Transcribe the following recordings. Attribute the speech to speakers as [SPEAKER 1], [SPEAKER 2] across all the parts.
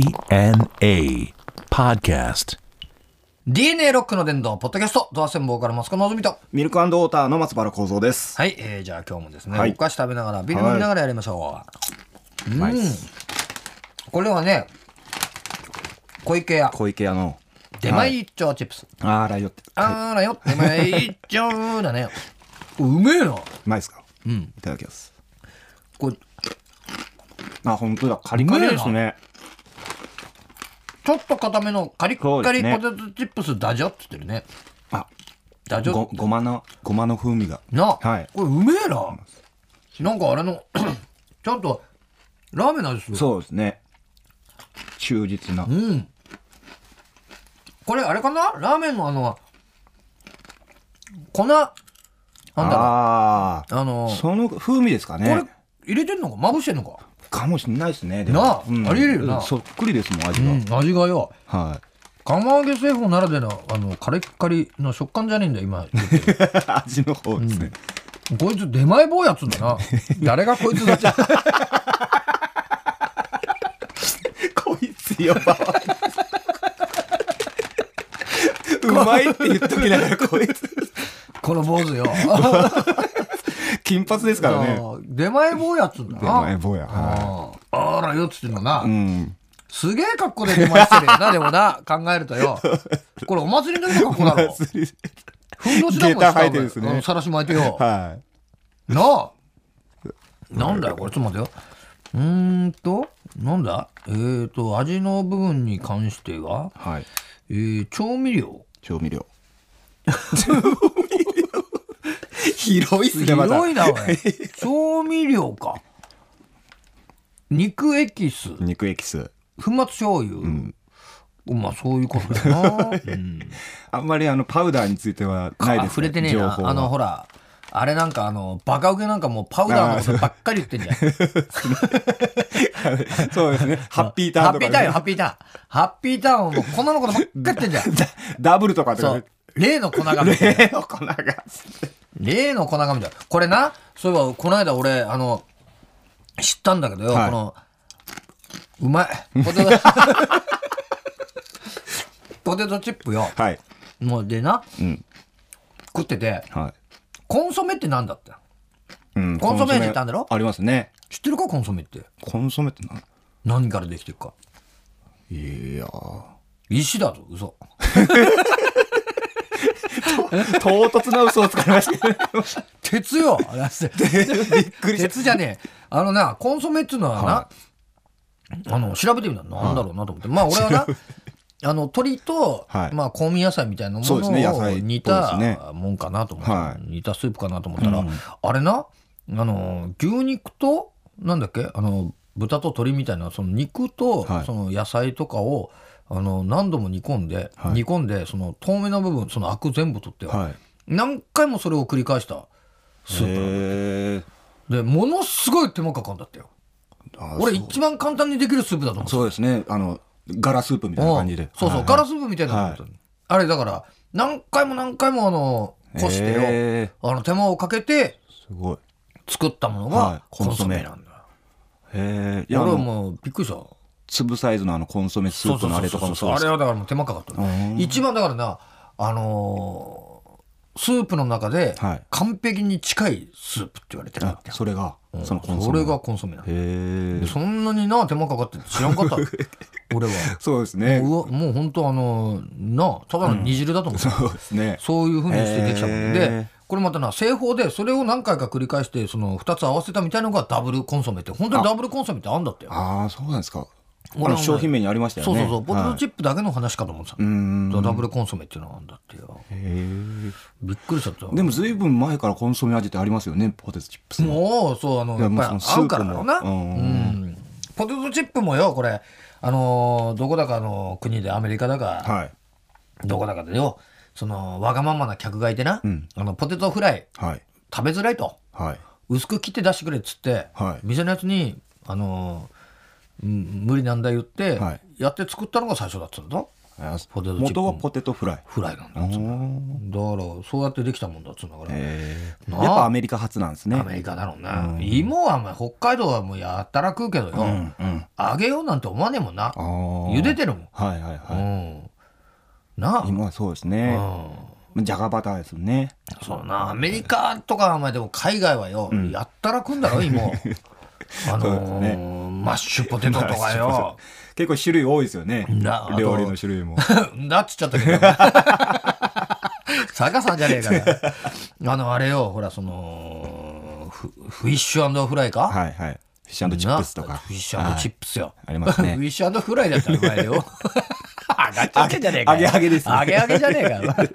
[SPEAKER 1] DNA Podcast.
[SPEAKER 2] DNA ロックの伝道、ポッドキャスト、ドアセンボーからマスコのぞみと。
[SPEAKER 3] ミルクウォーターの松原幸三です。
[SPEAKER 2] はい、えー、じゃあ今日もですね、
[SPEAKER 3] はい
[SPEAKER 2] お菓子食べながら、ビール飲みながらやりましょう。
[SPEAKER 3] はい、
[SPEAKER 2] これはね、小池屋、
[SPEAKER 3] 小池屋の。
[SPEAKER 2] 出前一丁チップス。
[SPEAKER 3] あーライオって。はい。
[SPEAKER 2] あーらよ、出前一丁だね。うめえな。
[SPEAKER 3] うまいですかうん。いただきます。
[SPEAKER 2] これ、
[SPEAKER 3] あ、本当だ。カリカリです
[SPEAKER 2] う
[SPEAKER 3] ね。
[SPEAKER 2] ちょっと硬めのカリッカリ
[SPEAKER 3] そうで
[SPEAKER 2] ポ
[SPEAKER 3] すね
[SPEAKER 2] テトチップスダジョって言ってるね。
[SPEAKER 3] あ、
[SPEAKER 2] ダジ
[SPEAKER 3] ご、
[SPEAKER 2] ョ
[SPEAKER 3] ごまの、ごまの風味が。
[SPEAKER 2] な、
[SPEAKER 3] はい
[SPEAKER 2] これうめえな。なんかあれの、 ちゃんと、ラーメンの味する。
[SPEAKER 3] そうですね。忠実な。
[SPEAKER 2] うん。これあれかなラーメンのあの、粉、なんだろう
[SPEAKER 3] ああ。
[SPEAKER 2] あの、こ
[SPEAKER 3] その風味ですか
[SPEAKER 2] れ
[SPEAKER 3] ね。
[SPEAKER 2] 入れてんのかまぶしてんのか
[SPEAKER 3] かもしれないですね。で
[SPEAKER 2] なあ
[SPEAKER 3] もうん
[SPEAKER 2] ありえるよな
[SPEAKER 3] そっくりですもん、味
[SPEAKER 2] う
[SPEAKER 3] が。
[SPEAKER 2] ん、味がよ。
[SPEAKER 3] はい。
[SPEAKER 2] 釜揚げ製法ならでの、あの、カリッカリの食感じゃねえんだよ、今言ってる。
[SPEAKER 3] 味の方ですね。
[SPEAKER 2] こいつ出前坊やつだ な。誰がこいつだって。
[SPEAKER 3] こいつよ、ば うまいって言っときながら、こいつ。
[SPEAKER 2] この坊主よ。
[SPEAKER 3] 金髪ですからね。
[SPEAKER 2] そう出前坊やつだな。
[SPEAKER 3] 出前坊や
[SPEAKER 2] あああらよっつってんのな。
[SPEAKER 3] うん。
[SPEAKER 2] すげえ格好で出前してるよな、でもな、考えるとよ。これお祭りの時の格好だ ろ。ふんどしだもん
[SPEAKER 3] 下駄履いてるんですね
[SPEAKER 2] 下をうんさらし巻いてよ。
[SPEAKER 3] はい。
[SPEAKER 2] なあ。なんだよ、これ。ちょっと待ってよ。うーんと、なんだえっ、ー、と、味の部分に関しては、
[SPEAKER 3] はい。
[SPEAKER 2] えー、調味料。
[SPEAKER 3] 調味料。 広いっすね、まだ。
[SPEAKER 2] 広いな、 おい。調味料か。肉エキス、
[SPEAKER 3] 肉エキス。
[SPEAKER 2] 粉末醤油。まあ、そういうことだ な。うん
[SPEAKER 3] あんまりあの、パウダーについてはないです、
[SPEAKER 2] あ触れてねえ
[SPEAKER 3] 情
[SPEAKER 2] な
[SPEAKER 3] 報は
[SPEAKER 2] あのほらあれなんかあのバカウケなんかもうパウダーのことばっかり言って んじゃん
[SPEAKER 3] そうですね。ハッピーター
[SPEAKER 2] ハ
[SPEAKER 3] ンと
[SPEAKER 2] ッ
[SPEAKER 3] か
[SPEAKER 2] ピ
[SPEAKER 3] ね、
[SPEAKER 2] ーターンよハッピーターンハッピーターンはもう粉のことばっかり言ってんじゃん
[SPEAKER 3] ダブルとかで、
[SPEAKER 2] そ
[SPEAKER 3] ね
[SPEAKER 2] う。例の粉 がみたいな
[SPEAKER 3] 手の粉が。
[SPEAKER 2] 例の粉がみたいなこれなそういえばこの間俺あの知ったんだけどよ、
[SPEAKER 3] はい
[SPEAKER 2] このうまい ポテトポテトチップよ
[SPEAKER 3] はい。
[SPEAKER 2] もうでな、
[SPEAKER 3] ん
[SPEAKER 2] 食ってて
[SPEAKER 3] はい。
[SPEAKER 2] コンソメってなんだって
[SPEAKER 3] うん
[SPEAKER 2] コンソメ味ってあるんだろ
[SPEAKER 3] ありますね。
[SPEAKER 2] 知ってるかコンソメって
[SPEAKER 3] コンソメってなん
[SPEAKER 2] 何からできてるか
[SPEAKER 3] いやー
[SPEAKER 2] 石だぞ嘘
[SPEAKER 3] 唐突な嘘をつかれま したね。
[SPEAKER 2] 鉄 よ
[SPEAKER 3] びっくりした。
[SPEAKER 2] 鉄じゃねえあのなコンソメっつうのはな、あの調べてみたらなんだろうなと思って、まあ俺はな あの鶏と、
[SPEAKER 3] はい
[SPEAKER 2] まあ、香味野菜みたいなも
[SPEAKER 3] そう
[SPEAKER 2] の
[SPEAKER 3] ですね野
[SPEAKER 2] を
[SPEAKER 3] 菜っぽい
[SPEAKER 2] 煮
[SPEAKER 3] ですね
[SPEAKER 2] たもんかなと思って、
[SPEAKER 3] はい
[SPEAKER 2] 煮たスープかなと思ったら、あれなあの牛肉となんだっけあの豚と鶏みたいなその肉と、
[SPEAKER 3] はい
[SPEAKER 2] その野菜とかをあの何度も煮込んで、
[SPEAKER 3] はい
[SPEAKER 2] 煮込んでその透明な部分そのアク全部取って、
[SPEAKER 3] はい。
[SPEAKER 2] 何回もそれを繰り返したスープなの
[SPEAKER 3] へー
[SPEAKER 2] でものすごい手間かかんだったよ
[SPEAKER 3] あ
[SPEAKER 2] 俺
[SPEAKER 3] そう
[SPEAKER 2] 一番簡単にできるスープだと思って
[SPEAKER 3] そうですね。あの、ガラスープみたいな感じで。
[SPEAKER 2] そうそう、
[SPEAKER 3] はい
[SPEAKER 2] ガラスープみたいなのだったのあれだから何回も何回もあのこしてよ、
[SPEAKER 3] へー
[SPEAKER 2] あの手間をかけて
[SPEAKER 3] すごい。
[SPEAKER 2] 作ったもの
[SPEAKER 3] はい
[SPEAKER 2] がコ
[SPEAKER 3] コ
[SPEAKER 2] ン
[SPEAKER 3] ン
[SPEAKER 2] ソ
[SPEAKER 3] ソメ
[SPEAKER 2] メなんだよ、
[SPEAKER 3] へえ。いや、あ
[SPEAKER 2] 俺は
[SPEAKER 3] の、
[SPEAKER 2] もうびっくりした
[SPEAKER 3] 粒サイズのあの、コンソメスープのあれとかもそう
[SPEAKER 2] あ
[SPEAKER 3] です
[SPEAKER 2] れはだからもう手間かかったの一番だからなあのースープの中で
[SPEAKER 3] はい
[SPEAKER 2] 完璧に近いスープって言われてるんだ
[SPEAKER 3] あ
[SPEAKER 2] って、
[SPEAKER 3] それが、そのコンソ
[SPEAKER 2] そ
[SPEAKER 3] メ。
[SPEAKER 2] れが。コンソメなの
[SPEAKER 3] へえ。
[SPEAKER 2] そんなにな手間かかってるって知らんかった 俺は
[SPEAKER 3] そうですね。
[SPEAKER 2] うわもう本当あのなあただの煮汁だと思ってた、
[SPEAKER 3] そうですね。
[SPEAKER 2] そういうふうにしてできたもんで、
[SPEAKER 3] へー
[SPEAKER 2] これまたな製法でそれを何回か繰り返してその2つ合わせたみたいのがダブルコンソメって本当にダブルコンソメってあんだってよ
[SPEAKER 3] ああ、そうなんですか。あ
[SPEAKER 2] 俺は
[SPEAKER 3] の、
[SPEAKER 2] ね
[SPEAKER 3] 商品名にありましたよ
[SPEAKER 2] そう
[SPEAKER 3] ね。
[SPEAKER 2] そうそうポテトチ
[SPEAKER 3] ッ
[SPEAKER 2] ップだけの話かと思ってた、
[SPEAKER 3] プ。うーん。
[SPEAKER 2] ダブルコンソメっていうのがあんだってよびっくりしちゃった
[SPEAKER 3] でも、ずいぶん前からコンソメ味ってありますよね、ポテトチップス。
[SPEAKER 2] もうそうあのやっぱり
[SPEAKER 3] もうそのス
[SPEAKER 2] 合う
[SPEAKER 3] ープも
[SPEAKER 2] からだろうな、
[SPEAKER 3] うん
[SPEAKER 2] うんポテトチップもよこれあのーどこだかの国でアメリカだか、
[SPEAKER 3] はい。
[SPEAKER 2] どこだかでよそのわがままな客がいてな、あのポテトフライ
[SPEAKER 3] はい。
[SPEAKER 2] 食べづらいと
[SPEAKER 3] はい。
[SPEAKER 2] 薄く切って出してくれっつって、
[SPEAKER 3] はい
[SPEAKER 2] 店のやつに、あのーうん無理なんだ言って、
[SPEAKER 3] はい
[SPEAKER 2] やって作ったのが最初だったんだろ
[SPEAKER 3] あ
[SPEAKER 2] ポテトチップも
[SPEAKER 3] 元はポテトフライ
[SPEAKER 2] フライなんだ
[SPEAKER 3] あー
[SPEAKER 2] だからそうやってできたもんだっつうんだから、
[SPEAKER 3] へー
[SPEAKER 2] なあ
[SPEAKER 3] やっぱアメリカ初なんですね
[SPEAKER 2] アメリカだろうな、芋はお前北海道はもうやったら食うけどよ、
[SPEAKER 3] うんうん
[SPEAKER 2] 揚げようなんて思わねえもんな
[SPEAKER 3] あー
[SPEAKER 2] 茹でてるもん、
[SPEAKER 3] はいはいは
[SPEAKER 2] うんなあ
[SPEAKER 3] い今はそうですね
[SPEAKER 2] うん
[SPEAKER 3] じゃがバターですよね
[SPEAKER 2] そうなアメリカとかお前でも海外はよ、やったら食うんだろ 芋あ
[SPEAKER 3] そう
[SPEAKER 2] の
[SPEAKER 3] です
[SPEAKER 2] ーマッシュポテトとか よ
[SPEAKER 3] 結構種類多いですよね
[SPEAKER 2] なあと
[SPEAKER 3] 料理の種 類も
[SPEAKER 2] んだっつっちゃったけどお 前逆さんじゃねえからあのあれよほらそのフフィッシュフライか、
[SPEAKER 3] はいはいフィッシュチップスと
[SPEAKER 2] な
[SPEAKER 3] か
[SPEAKER 2] フィッシュチップスよ。
[SPEAKER 3] ありますね
[SPEAKER 2] フィッシュフライだったらうまい よ。上がっちゃってんじゃねえかよ。
[SPEAKER 3] 揚げ揚げですね
[SPEAKER 2] 揚げ揚げじゃねえ かよ。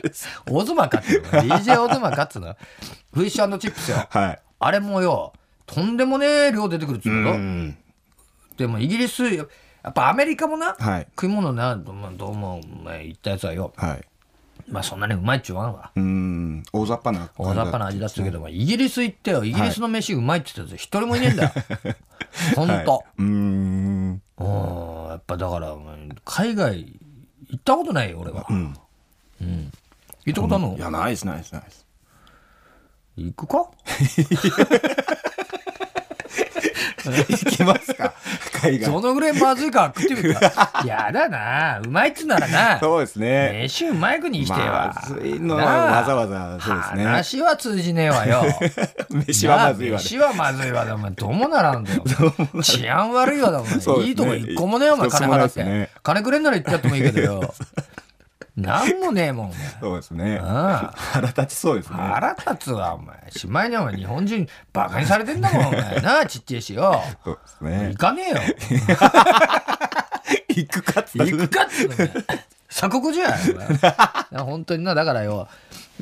[SPEAKER 2] オズマかっていうの。DJ オズマかっつうの。フィッシュチップスよ。
[SPEAKER 3] はい
[SPEAKER 2] あれもよ、とんでもねえ量出てくるっつう
[SPEAKER 3] う
[SPEAKER 2] のよ。
[SPEAKER 3] ん
[SPEAKER 2] でもイギリス、やっぱアメリカもな、
[SPEAKER 3] はい
[SPEAKER 2] 食い物な、どまあどうもお前言ったやつはよ、
[SPEAKER 3] はい
[SPEAKER 2] まあそんなにうまいっちゅうわんわ。
[SPEAKER 3] うん大雑把な
[SPEAKER 2] 大雑把な味だっつうけど、まあイギリス行ってよ、イギリスの飯うまいって言ってたやつ、一人もいねえんだよ。 ほんと。
[SPEAKER 3] うーん
[SPEAKER 2] うん、やっぱだから、うん海外行ったことないよ、俺は。うん。行ったことあるの
[SPEAKER 3] いやないですないですない です
[SPEAKER 2] 行くか
[SPEAKER 3] 行きますか海外
[SPEAKER 2] そのぐらいまずいから食ってみる か。やだな。うまいっつうならな。
[SPEAKER 3] そうですね
[SPEAKER 2] 飯うまい国にしては。
[SPEAKER 3] まずいのは
[SPEAKER 2] なあ
[SPEAKER 3] わざわざそうですね
[SPEAKER 2] 話は通じねえわよ。
[SPEAKER 3] 飯はまずいわ
[SPEAKER 2] なあ
[SPEAKER 3] ね
[SPEAKER 2] 飯はまずいわで、お前、どうもならんだよ。治安悪いわだ、お
[SPEAKER 3] そうです
[SPEAKER 2] 前。
[SPEAKER 3] ね
[SPEAKER 2] いいとこ一個もねえよ、お前、
[SPEAKER 3] 一つ
[SPEAKER 2] 金
[SPEAKER 3] もない
[SPEAKER 2] 払っ
[SPEAKER 3] ですね
[SPEAKER 2] て。金くれんなら言ってやってもいいけど よ。なんもねえもん、お前。
[SPEAKER 3] そうですね
[SPEAKER 2] ああ
[SPEAKER 3] 腹立ちそうですね
[SPEAKER 2] 腹立つわ、お前。しまいにはお前日本人バカにされてんだもん、お前。なあ、ちっちゃいしよ。
[SPEAKER 3] そうです
[SPEAKER 2] 行
[SPEAKER 3] ね
[SPEAKER 2] かねえ
[SPEAKER 3] 行くかっつっ
[SPEAKER 2] よ。
[SPEAKER 3] た
[SPEAKER 2] 行くかっつうのお前鎖国じゃん、お前いや本当にな、だからよ。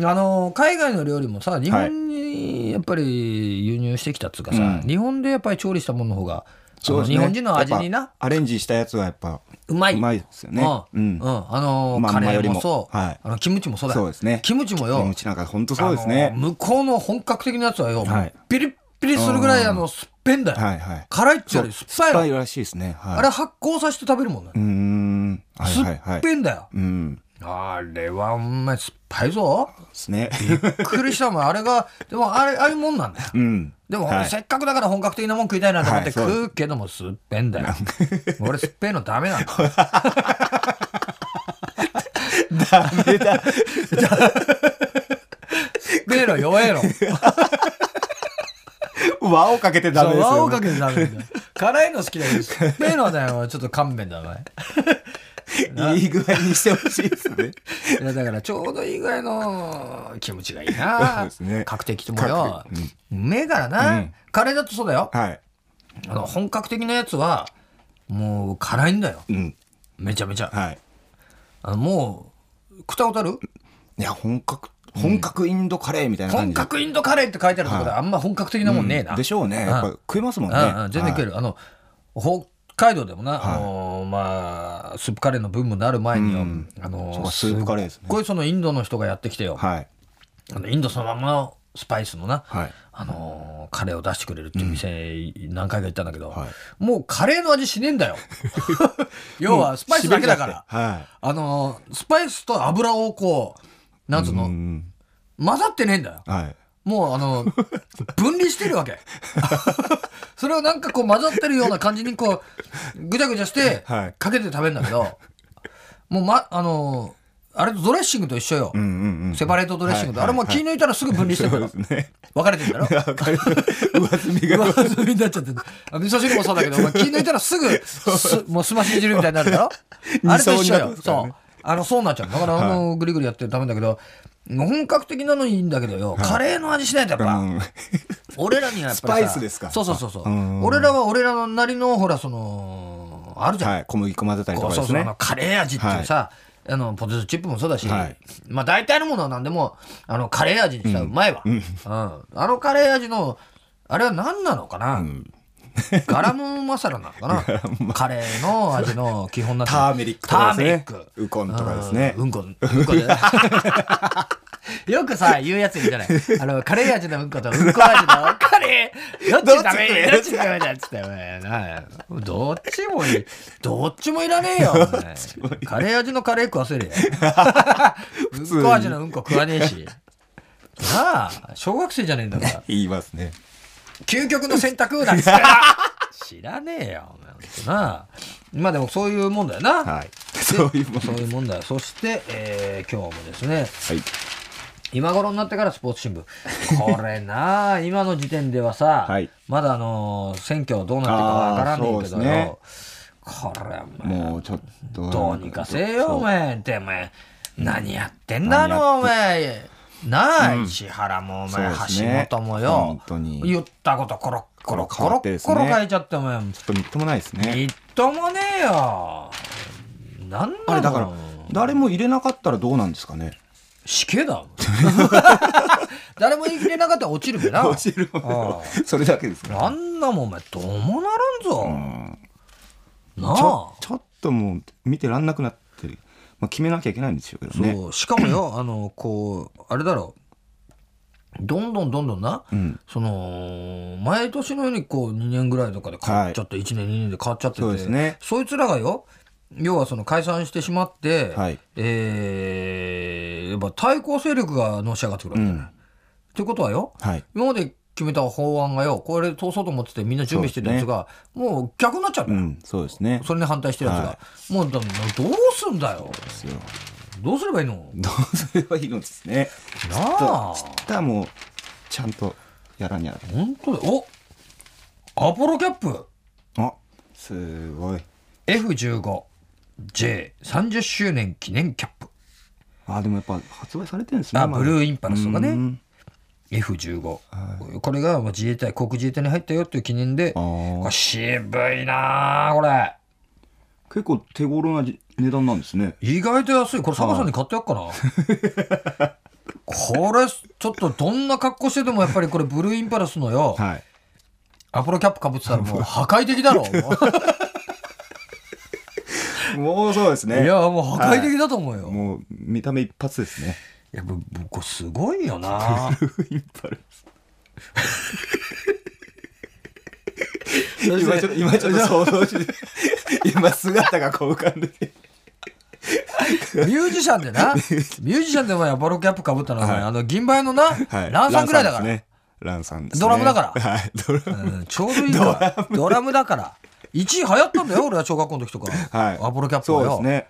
[SPEAKER 2] あの、海外の料理もさ、日本にやっぱり輸入してきたっつうかさ、日本でやっぱり調理したものの方が、
[SPEAKER 3] そうですね
[SPEAKER 2] あの日本人の味に
[SPEAKER 3] やっ
[SPEAKER 2] な
[SPEAKER 3] ぱ、アレンジしたやつはやっぱ
[SPEAKER 2] うまい。
[SPEAKER 3] うまいですよね
[SPEAKER 2] う
[SPEAKER 3] うん
[SPEAKER 2] ん。うん。あの、
[SPEAKER 3] まん
[SPEAKER 2] カ
[SPEAKER 3] ま
[SPEAKER 2] レ
[SPEAKER 3] より
[SPEAKER 2] ー
[SPEAKER 3] も
[SPEAKER 2] もそう、
[SPEAKER 3] はい
[SPEAKER 2] あの、キムチもそうだ
[SPEAKER 3] そうですね
[SPEAKER 2] キムチもよ、
[SPEAKER 3] 気持ちなんか本当そうです
[SPEAKER 2] あ
[SPEAKER 3] ね
[SPEAKER 2] の向こうの本格的なやつはよ、
[SPEAKER 3] はい
[SPEAKER 2] ピリッピリするぐらいあの酸っぱいんだよ、
[SPEAKER 3] はいはい
[SPEAKER 2] 辛いっちゅうより酸っぱいの
[SPEAKER 3] らしいですねはい
[SPEAKER 2] あれ発酵させて食べるもんね
[SPEAKER 3] うーんはいはい
[SPEAKER 2] 酸
[SPEAKER 3] は
[SPEAKER 2] っ
[SPEAKER 3] い
[SPEAKER 2] ぱいんだよ
[SPEAKER 3] うん
[SPEAKER 2] あれはお前酸っぱいぞ
[SPEAKER 3] で すね
[SPEAKER 2] びっくりしたもんあれがでもあれああいうもんなんだよ
[SPEAKER 3] うん
[SPEAKER 2] でも、
[SPEAKER 3] はい
[SPEAKER 2] せっかくだから本格的なもん食いたいなと思って
[SPEAKER 3] はいそうです
[SPEAKER 2] 食うけども酸っぱいんだよ、俺酸っぱいのダメなんだ
[SPEAKER 3] ダメ
[SPEAKER 2] 酸
[SPEAKER 3] だ
[SPEAKER 2] っぱいの弱えの
[SPEAKER 3] 輪をかけてダメですよ
[SPEAKER 2] 輪をかけてダメなんだよ辛いの好きだけど酸っぱいのはねちょっと勘弁だお前
[SPEAKER 3] いい具合にしてほしいですね
[SPEAKER 2] いやだからちょうどいいぐらいの気持ちがいい
[SPEAKER 3] そう
[SPEAKER 2] な
[SPEAKER 3] ですね
[SPEAKER 2] 確定きてもよ、うめえからな、
[SPEAKER 3] うん
[SPEAKER 2] カレーだとそうだよ
[SPEAKER 3] はい
[SPEAKER 2] あの本格的なやつはもう辛いんだよ
[SPEAKER 3] うん
[SPEAKER 2] めちゃめちゃ
[SPEAKER 3] はい
[SPEAKER 2] あのもう食ったことある
[SPEAKER 3] いや本格本格インドカレーみたいな感
[SPEAKER 2] 本
[SPEAKER 3] じ
[SPEAKER 2] 格インドカレーって書いてあるところであんま本格的なもんねえな、
[SPEAKER 3] でしょうねやっぱ食えますもんね
[SPEAKER 2] うんうん全然食え
[SPEAKER 3] る
[SPEAKER 2] る、あの北海道でもな、あのーまあスープカレーのブームになる前によ、あ
[SPEAKER 3] そ
[SPEAKER 2] の
[SPEAKER 3] うかスープカレーですね
[SPEAKER 2] すっごいそのインドの人がやってきてよ、
[SPEAKER 3] はい
[SPEAKER 2] あのインドそのままのスパイスのな、
[SPEAKER 3] はい
[SPEAKER 2] あのーカレーを出してくれるっていう店、何回か行ったんだけど、
[SPEAKER 3] はい
[SPEAKER 2] もうカレーの味しねえん だよ 要はスパイスだけだから、
[SPEAKER 3] は
[SPEAKER 2] あのースパイスと油をこうなんつう
[SPEAKER 3] い
[SPEAKER 2] の、
[SPEAKER 3] うん
[SPEAKER 2] 混ざってねえんだよ
[SPEAKER 3] はい
[SPEAKER 2] もうあの分離してる わけそれをなんかこう混ざってるような感じにこうぐちゃぐちゃして
[SPEAKER 3] はい
[SPEAKER 2] かけて食べるんだけど、もうまあのーあれとドレッシングと一緒よ、
[SPEAKER 3] うんうんうん
[SPEAKER 2] セパレートドレッシングと、
[SPEAKER 3] はい
[SPEAKER 2] あれもう気抜いたらすぐ分離してるから、
[SPEAKER 3] そうですね
[SPEAKER 2] 分かれてんだ ろ
[SPEAKER 3] 上積みが
[SPEAKER 2] 上積みになっちゃってるあ味噌汁もそうだけど、まあ、気抜いたらすぐ すもうすまし汁みたいになるだろあれ
[SPEAKER 3] 二
[SPEAKER 2] と
[SPEAKER 3] 層
[SPEAKER 2] 一緒
[SPEAKER 3] になって
[SPEAKER 2] よ、
[SPEAKER 3] ますから
[SPEAKER 2] そ
[SPEAKER 3] ね
[SPEAKER 2] うあのそうなっちゃうだからあのグリグリやってダメだけど本格的なのいいんだけどよ、カレーの味しないとやっぱ、
[SPEAKER 3] うん
[SPEAKER 2] 俺らにはやっぱりさ
[SPEAKER 3] スパイスですか
[SPEAKER 2] そうそうそうそう、
[SPEAKER 3] あうん
[SPEAKER 2] 俺らは俺らのなりのほらそのあるじゃん、
[SPEAKER 3] はい小麦粉混ぜたりと
[SPEAKER 2] こう
[SPEAKER 3] か
[SPEAKER 2] そう
[SPEAKER 3] です
[SPEAKER 2] そう
[SPEAKER 3] ね
[SPEAKER 2] あのカレー味っていうさ、あのポテトチップもそうだし、
[SPEAKER 3] はい
[SPEAKER 2] まあ大体のものは何でもあのカレー味にしたらうまいわ、うんあのカレー味のあれは何なのか な、ガラムマサラなのかなカレーの味の基本な
[SPEAKER 3] ターメリックと
[SPEAKER 2] タ
[SPEAKER 3] か
[SPEAKER 2] ー
[SPEAKER 3] です
[SPEAKER 2] メリッ
[SPEAKER 3] ね
[SPEAKER 2] ク
[SPEAKER 3] ウコンとかですね
[SPEAKER 2] うんうんこうんこでよく さ、言うやついるじゃない。あの、カレー味のうんこと、 うんこ味のカレー、どっちダメどっちダメだっつって、お前などっちもいい。どっちもいらねえよ、お前カレー味のカレー食わせ るよ。うんこ味のうんこ食わねえ し。なあ、小学生じゃねえんだから。
[SPEAKER 3] 言いますね。
[SPEAKER 2] 究極の選択なんです 知らねえよ、お前。ほんとなまあでもそういうもんだよな。
[SPEAKER 3] はい。そういうもの。
[SPEAKER 2] そういうもんだよ。そして、えー今日もですね、
[SPEAKER 3] はい。
[SPEAKER 2] 今頃になってからスポーツ新聞。これ なあ、今の時点ではさ、
[SPEAKER 3] はい
[SPEAKER 2] まだあのー選挙どうなってるかわからねえけどよ、こ
[SPEAKER 3] あ
[SPEAKER 2] れお前
[SPEAKER 3] もうちょっと。
[SPEAKER 2] どうにかせえよ、お前。って、お前、何やってんだ
[SPEAKER 3] 何やって
[SPEAKER 2] の、お前。なあ、石原も、お前、
[SPEAKER 3] そうです
[SPEAKER 2] 橋
[SPEAKER 3] ね
[SPEAKER 2] 本もよ
[SPEAKER 3] 本、当に
[SPEAKER 2] 言ったことコロッコロコ
[SPEAKER 3] 変わ
[SPEAKER 2] ロ
[SPEAKER 3] ってで
[SPEAKER 2] ッ
[SPEAKER 3] す
[SPEAKER 2] コ
[SPEAKER 3] ね
[SPEAKER 2] ロ変えちゃって、お前、
[SPEAKER 3] ちょっとみっともないです
[SPEAKER 2] み
[SPEAKER 3] ね。
[SPEAKER 2] っともねえよ。なんなの
[SPEAKER 3] あれだから、誰も入れなかったらどうなんですかね。
[SPEAKER 2] 死刑 だ。 誰も入れなかったら落ちるべな。
[SPEAKER 3] 教えるもの
[SPEAKER 2] あ
[SPEAKER 3] それだけですから。
[SPEAKER 2] あんなもんお前どうもならんぞ。な
[SPEAKER 3] ちょ
[SPEAKER 2] あ。
[SPEAKER 3] ちょっともう見てらんなくなってる、まあ、決めなきゃいけないんでしょうけどね
[SPEAKER 2] そうしかも よあのこうあれだろうどんどんどんどんな、
[SPEAKER 3] ん
[SPEAKER 2] その毎年のようにこう2年ぐらいとかで変わっちゃって、1年2年で変わっちゃってて
[SPEAKER 3] そうですね
[SPEAKER 2] そいつらがよ要はその解散してしまって、
[SPEAKER 3] はい
[SPEAKER 2] えーやっぱ対抗勢力がのし上がってくるわけじゃない。ってことはよ
[SPEAKER 3] はい
[SPEAKER 2] 今まで決めた法案がよこれ通そうと思っててみんな準備してるやつがもう逆になっちゃう
[SPEAKER 3] う
[SPEAKER 2] のよ、
[SPEAKER 3] んそうですね
[SPEAKER 2] それに反対してるやつが、
[SPEAKER 3] は
[SPEAKER 2] もうだどうすんだよ
[SPEAKER 3] そうですよ
[SPEAKER 2] どうすればいいの
[SPEAKER 3] どうすればいいのですね
[SPEAKER 2] なあ
[SPEAKER 3] ちょっともうちゃんとやらにゃら
[SPEAKER 2] 本当だよおアポロキャップ
[SPEAKER 3] あすごい
[SPEAKER 2] F15J30 周年記念キャップ
[SPEAKER 3] あでもやっぱ発売されてるんですね
[SPEAKER 2] あ
[SPEAKER 3] ま
[SPEAKER 2] ブ
[SPEAKER 3] だ
[SPEAKER 2] ルーインパルスとか
[SPEAKER 3] う
[SPEAKER 2] ね
[SPEAKER 3] ん
[SPEAKER 2] F15、これがまあ自衛隊航空自衛隊に入ったよっていう記念で
[SPEAKER 3] あー
[SPEAKER 2] これ渋いなあこれ
[SPEAKER 3] 結構手頃なじ値段なんですね
[SPEAKER 2] 意外と安いこれサバさんに買ってやっかな これちょっとどんな格好しててもやっぱりこれブルーインパルスのよ
[SPEAKER 3] はい
[SPEAKER 2] アポロキャップかぶってたらもう破壊的だろ
[SPEAKER 3] もうそうです
[SPEAKER 2] い
[SPEAKER 3] ね
[SPEAKER 2] やもう破壊的だと思うよ、
[SPEAKER 3] もう見た目一発ですね
[SPEAKER 2] いや、ぶ、ぶ、これすごいよ な。
[SPEAKER 3] ブルーインパルス
[SPEAKER 2] そして
[SPEAKER 3] 今ちょっと今ちょっと想 像して今姿がこう浮かんでて
[SPEAKER 2] ミュージシャンで な、ミュージシャンでもやバロキャップかぶったのは、
[SPEAKER 3] はい
[SPEAKER 2] あの、銀杯のな、
[SPEAKER 3] はい、
[SPEAKER 2] ランさんくらいだから。
[SPEAKER 3] ランさんですね。ランさんですね
[SPEAKER 2] ドラムだから
[SPEAKER 3] はい、ドラム。
[SPEAKER 2] うんちょうどいい から。ドラムだから。一位流行ったんだよ、俺は小学校の時とか。
[SPEAKER 3] はい。
[SPEAKER 2] アポロキャップはよ。
[SPEAKER 3] そうですね。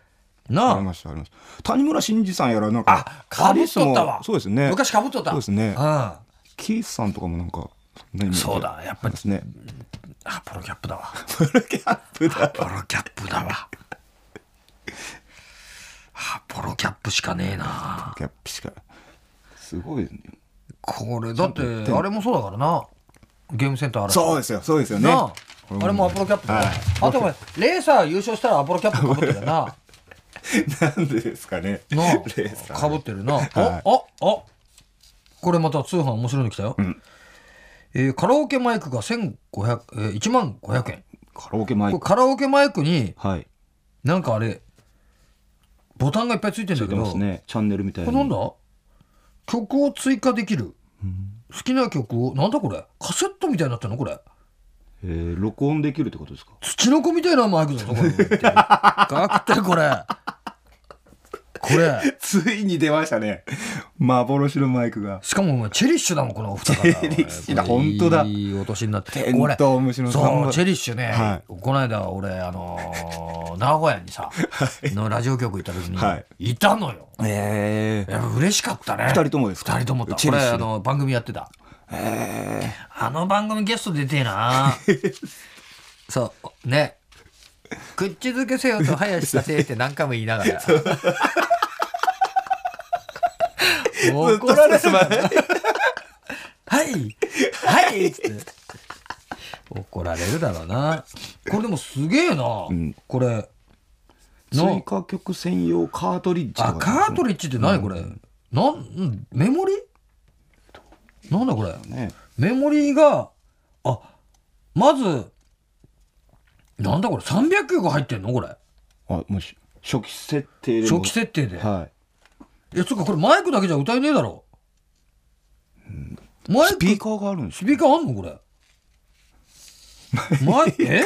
[SPEAKER 3] あり
[SPEAKER 2] な
[SPEAKER 3] ました、ありました。谷村新司さんやら、なんか
[SPEAKER 2] あ、、かぶっとったわ。
[SPEAKER 3] そうですね。
[SPEAKER 2] 昔かぶっとった。
[SPEAKER 3] そうですね。
[SPEAKER 2] う
[SPEAKER 3] キースさんとかもなんか、そんなイメージ
[SPEAKER 2] そうだやっぱり
[SPEAKER 3] ですね。
[SPEAKER 2] ん。アポロキャップだわ。
[SPEAKER 3] プロキャップだ。
[SPEAKER 2] アポロキャップだ わ。アポロキャップしかねえな。
[SPEAKER 3] キャップしか。すごいですね。
[SPEAKER 2] これ、だって、あれもそうだからな。ゲームセンターある
[SPEAKER 3] そうですよ、そうですよね。
[SPEAKER 2] な
[SPEAKER 3] これ
[SPEAKER 2] あ、あれもアポロキャップだ、
[SPEAKER 3] はい
[SPEAKER 2] あとお前レーサー優勝したらアポロキャップかぶってるよ な
[SPEAKER 3] なんでですかね。
[SPEAKER 2] な
[SPEAKER 3] レーサー
[SPEAKER 2] かぶってるな、
[SPEAKER 3] はい
[SPEAKER 2] あああこれまた通販面白いの来たよ、えーカラオケマイクが1500、えー、1万500円
[SPEAKER 3] カラオケマ
[SPEAKER 2] こ
[SPEAKER 3] イ
[SPEAKER 2] れ
[SPEAKER 3] ク。
[SPEAKER 2] カラオケマイクに
[SPEAKER 3] はい。
[SPEAKER 2] なんかあれボタンがいっぱいついてんだけ
[SPEAKER 3] 出て
[SPEAKER 2] ど、
[SPEAKER 3] ますね。チャンネルみたい
[SPEAKER 2] こ
[SPEAKER 3] な。
[SPEAKER 2] れなんだ曲を追加できる、好きな曲をなんだこれカセットみたいになってるのこれ
[SPEAKER 3] えー、録音できるってことですか
[SPEAKER 2] 土の子みたいなマイクだぞ、これ。ガクってこれ。これ。
[SPEAKER 3] ついに出ましたね。幻のマイクが。
[SPEAKER 2] しかもお前、チェリッシュだもん、このお二方。チ
[SPEAKER 3] ェリッシュだ本当だ
[SPEAKER 2] いいお年になって。
[SPEAKER 3] テントウムシの三
[SPEAKER 2] そ
[SPEAKER 3] 番
[SPEAKER 2] う、チェリッシュね。
[SPEAKER 3] は
[SPEAKER 2] この間、俺、あのー 名古屋にさ、のラジオ局行った時に、、
[SPEAKER 3] はい
[SPEAKER 2] たのよ。
[SPEAKER 3] ええ
[SPEAKER 2] やっぱ嬉しかったね。
[SPEAKER 3] 二人ともですか
[SPEAKER 2] 二人ともだ。
[SPEAKER 3] チェ
[SPEAKER 2] こ
[SPEAKER 3] リ
[SPEAKER 2] れ、
[SPEAKER 3] ッ
[SPEAKER 2] あ
[SPEAKER 3] シュ
[SPEAKER 2] の、番組やってた。あの番組ゲスト出てえ な。そう、ね。口づけせよと林させって何回も言いながら。 怒られるわ ね。はいはいっつって。怒られるだろうな。これでもすげえな。これ。
[SPEAKER 3] 追加曲専用カートリッジとか
[SPEAKER 2] あ、カートリッジって何これ、なん、んメモリなんだこれ
[SPEAKER 3] ね
[SPEAKER 2] メモリが、あ、まず、なんだこれ ?300 曲入ってんのこれ。
[SPEAKER 3] あもうし初期設定でも
[SPEAKER 2] 初期設定で。
[SPEAKER 3] は
[SPEAKER 2] いや、つうかこれマイクだけじゃ歌えねえだろ。マイ
[SPEAKER 3] ス
[SPEAKER 2] ク
[SPEAKER 3] ピ、ーカーがあるんです
[SPEAKER 2] スピーカーあんのこ れ。マイク、え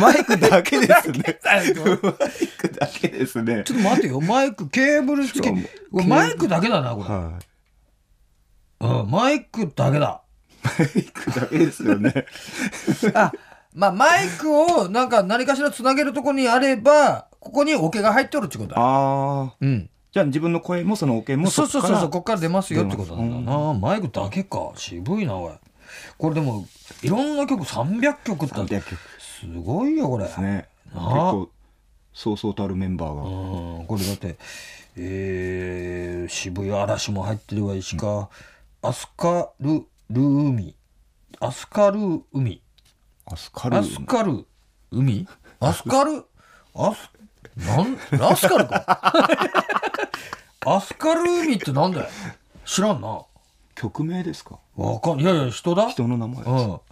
[SPEAKER 3] マイクだけですね
[SPEAKER 2] だよ
[SPEAKER 3] マイクだけですね
[SPEAKER 2] ちょっと待ってよ、マイク、ケーブル付き
[SPEAKER 3] しかも。
[SPEAKER 2] これマイクだけだな、これ。
[SPEAKER 3] はい
[SPEAKER 2] うん、マイクだけだ。
[SPEAKER 3] マイクだけですよね
[SPEAKER 2] あ、まあ、マイクを、なんか、何かしらつなげるとこにあれば、ここに桶が入っておるってことだ。
[SPEAKER 3] ああ
[SPEAKER 2] うん。
[SPEAKER 3] じゃあ自分の声もそのオケも
[SPEAKER 2] そうそうそうそう、
[SPEAKER 3] こ
[SPEAKER 2] こ
[SPEAKER 3] っ
[SPEAKER 2] っから出ますよってことなんだな。マイクだけか。渋いな、おい。これでも、いろんな曲、300曲ってあ
[SPEAKER 3] から
[SPEAKER 2] る、
[SPEAKER 3] 300曲
[SPEAKER 2] すごいよ、これ。
[SPEAKER 3] ですね結
[SPEAKER 2] あ
[SPEAKER 3] 構そうそうたるメンバ
[SPEAKER 2] う
[SPEAKER 3] ーが
[SPEAKER 2] ん、これだって、えー、渋谷嵐も入ってるわ、石川。アスカル、ルーミ。アスカルーミ。
[SPEAKER 3] アスカル
[SPEAKER 2] アスカル、海アスカル、 アス、なん、ラスカル か。アスカル海ってなんだよ。知らんな。
[SPEAKER 3] 曲名ですか
[SPEAKER 2] わかん、いやいや、人だ。
[SPEAKER 3] 人の名
[SPEAKER 2] う
[SPEAKER 3] 前
[SPEAKER 2] ん。香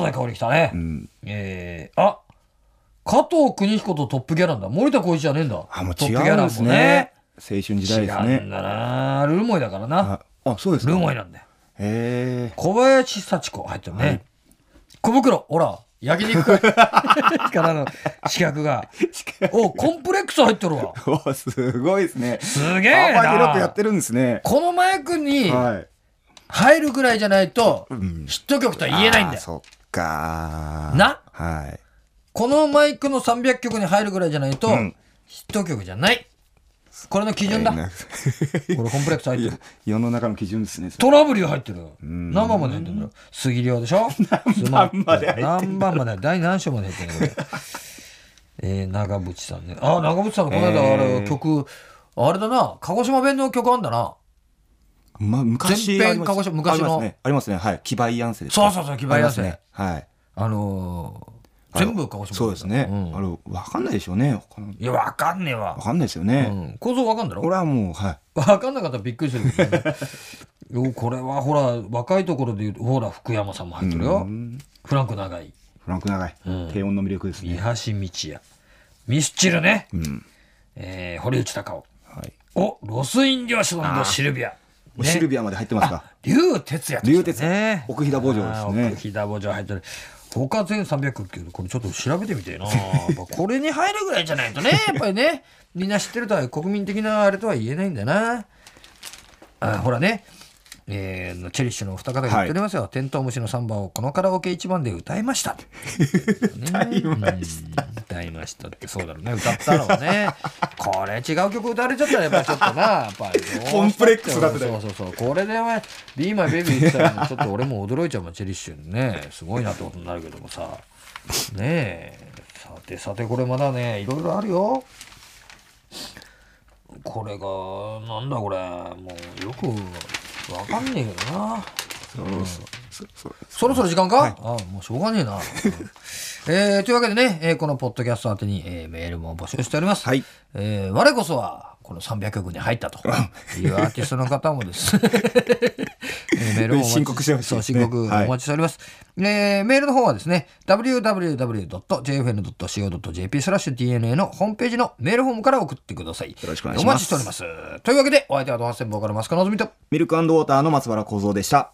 [SPEAKER 2] 西香織来たね。
[SPEAKER 3] うん
[SPEAKER 2] えー、あ加藤邦彦とトップギャランだ。森田浩一じゃねえんだ。
[SPEAKER 3] あもう
[SPEAKER 2] トッ
[SPEAKER 3] 違
[SPEAKER 2] プギャラ
[SPEAKER 3] うん
[SPEAKER 2] ン
[SPEAKER 3] です
[SPEAKER 2] も
[SPEAKER 3] ね。青春時代
[SPEAKER 2] 違
[SPEAKER 3] です
[SPEAKER 2] うん
[SPEAKER 3] ね
[SPEAKER 2] だな。ルモイだからな。
[SPEAKER 3] ああそうですか
[SPEAKER 2] ルモイなんだよ。
[SPEAKER 3] へえ
[SPEAKER 2] 小林幸子入ってるね、小袋ほら焼肉かからの資格がおコンプレックス入ってるわ
[SPEAKER 3] おすごいですね
[SPEAKER 2] すげえ
[SPEAKER 3] 幅広くや
[SPEAKER 2] な
[SPEAKER 3] ってるんですね
[SPEAKER 2] このマイクに
[SPEAKER 3] はい
[SPEAKER 2] 入るぐらいじゃないと、
[SPEAKER 3] ん
[SPEAKER 2] ヒット曲とは言えないんだ
[SPEAKER 3] あー
[SPEAKER 2] よ
[SPEAKER 3] そっかー
[SPEAKER 2] な
[SPEAKER 3] はい
[SPEAKER 2] このマイクの300曲に入るぐらいじゃないと、
[SPEAKER 3] うん
[SPEAKER 2] ヒット曲じゃないこれの基準だ、
[SPEAKER 3] えーな
[SPEAKER 2] これコンプレックス入ってる
[SPEAKER 3] 世の中の基準ですね
[SPEAKER 2] トラブリー入ってるよ何番まで入ってるの杉良でしょ何
[SPEAKER 3] 番まで入ってんだ
[SPEAKER 2] 何番まで第何章まで入ってるのこれえー、長渕さんねあ長渕さんのこの間あれ、
[SPEAKER 3] えー
[SPEAKER 2] 曲あれだな鹿児島弁の曲あんだな
[SPEAKER 3] まあ昔
[SPEAKER 2] 前編
[SPEAKER 3] あります
[SPEAKER 2] 鹿児島昔の
[SPEAKER 3] ありますねありますねはいキバイアンセです
[SPEAKER 2] そうそうそうキバイアンセ
[SPEAKER 3] ありますねはい
[SPEAKER 2] あのー
[SPEAKER 3] あの
[SPEAKER 2] 全部鹿児島弁
[SPEAKER 3] そうですね
[SPEAKER 2] うん
[SPEAKER 3] あのわかんないでしょうね他の
[SPEAKER 2] いやわかんねえわ
[SPEAKER 3] わ、かんないですよ
[SPEAKER 2] う
[SPEAKER 3] ね
[SPEAKER 2] ん、構造わかんだろ
[SPEAKER 3] 俺はもうはい
[SPEAKER 2] わかんなかったらびっくりするけどね よこれはほら若いところで言うとほら福山さんも入ってるよ
[SPEAKER 3] うん
[SPEAKER 2] フランク長井
[SPEAKER 3] フランク長い低音の魅力です
[SPEAKER 2] 三
[SPEAKER 3] ね
[SPEAKER 2] 橋道也ミスチルね、
[SPEAKER 3] うん
[SPEAKER 2] えー堀内孝雄
[SPEAKER 3] はい
[SPEAKER 2] おロスイン漁師のシルビア
[SPEAKER 3] もうシルビアまで入ってますか
[SPEAKER 2] 竜哲也
[SPEAKER 3] 竜哲
[SPEAKER 2] 也
[SPEAKER 3] 奥飛騨坊城ですね
[SPEAKER 2] 奥飛騨坊城入ってる他全300球これちょっと調べてみてえ なやっぱこれに入るぐらいじゃないとねやっぱりねみんな知ってるとは国民的なあれとは言えないんだなあほらねえーチェリッシュのお二方が言っておりますよ、テントウムシの3番をこのカラオケ一番で歌いました 歌いました、うん歌いましたってそうだろうね歌ったのはねこれ違う曲歌われちゃったらやっぱりちょっとなやっぱりどうしたって
[SPEAKER 3] コンプレックスだって
[SPEAKER 2] そうそうそうこれでお前「Be My Baby」言ってたらちょっと俺も驚いちゃうもんチェリッシュにねすごいなってことになるけどもさねえさてさてこれまだねいろいろあるよこれがなんだこれもうよくわかんねえけどな
[SPEAKER 3] そうそう
[SPEAKER 2] そろそろ時間か、あもうしょうがねえな。うんえーというわけでね、えーこのポッドキャスト宛てに、えーメールも募集しております。
[SPEAKER 3] はい
[SPEAKER 2] えー我こそは、この300曲に入ったというアーティストの方も です。えーメールをお待ち
[SPEAKER 3] 申告してほしいで
[SPEAKER 2] そ
[SPEAKER 3] すね
[SPEAKER 2] う、申告お
[SPEAKER 3] はい
[SPEAKER 2] 待ちしております。えーメールの方はですね、www.jfn.co.jp スラッシュ DNA のホームページのメールフォームから送ってください。よ
[SPEAKER 3] ろしくお願いしま
[SPEAKER 2] お待
[SPEAKER 3] す
[SPEAKER 2] ちしております。というわけで、お相手はドハンセンボーカルマスカノズミと、
[SPEAKER 3] ミルクウォーターの松原幸三でした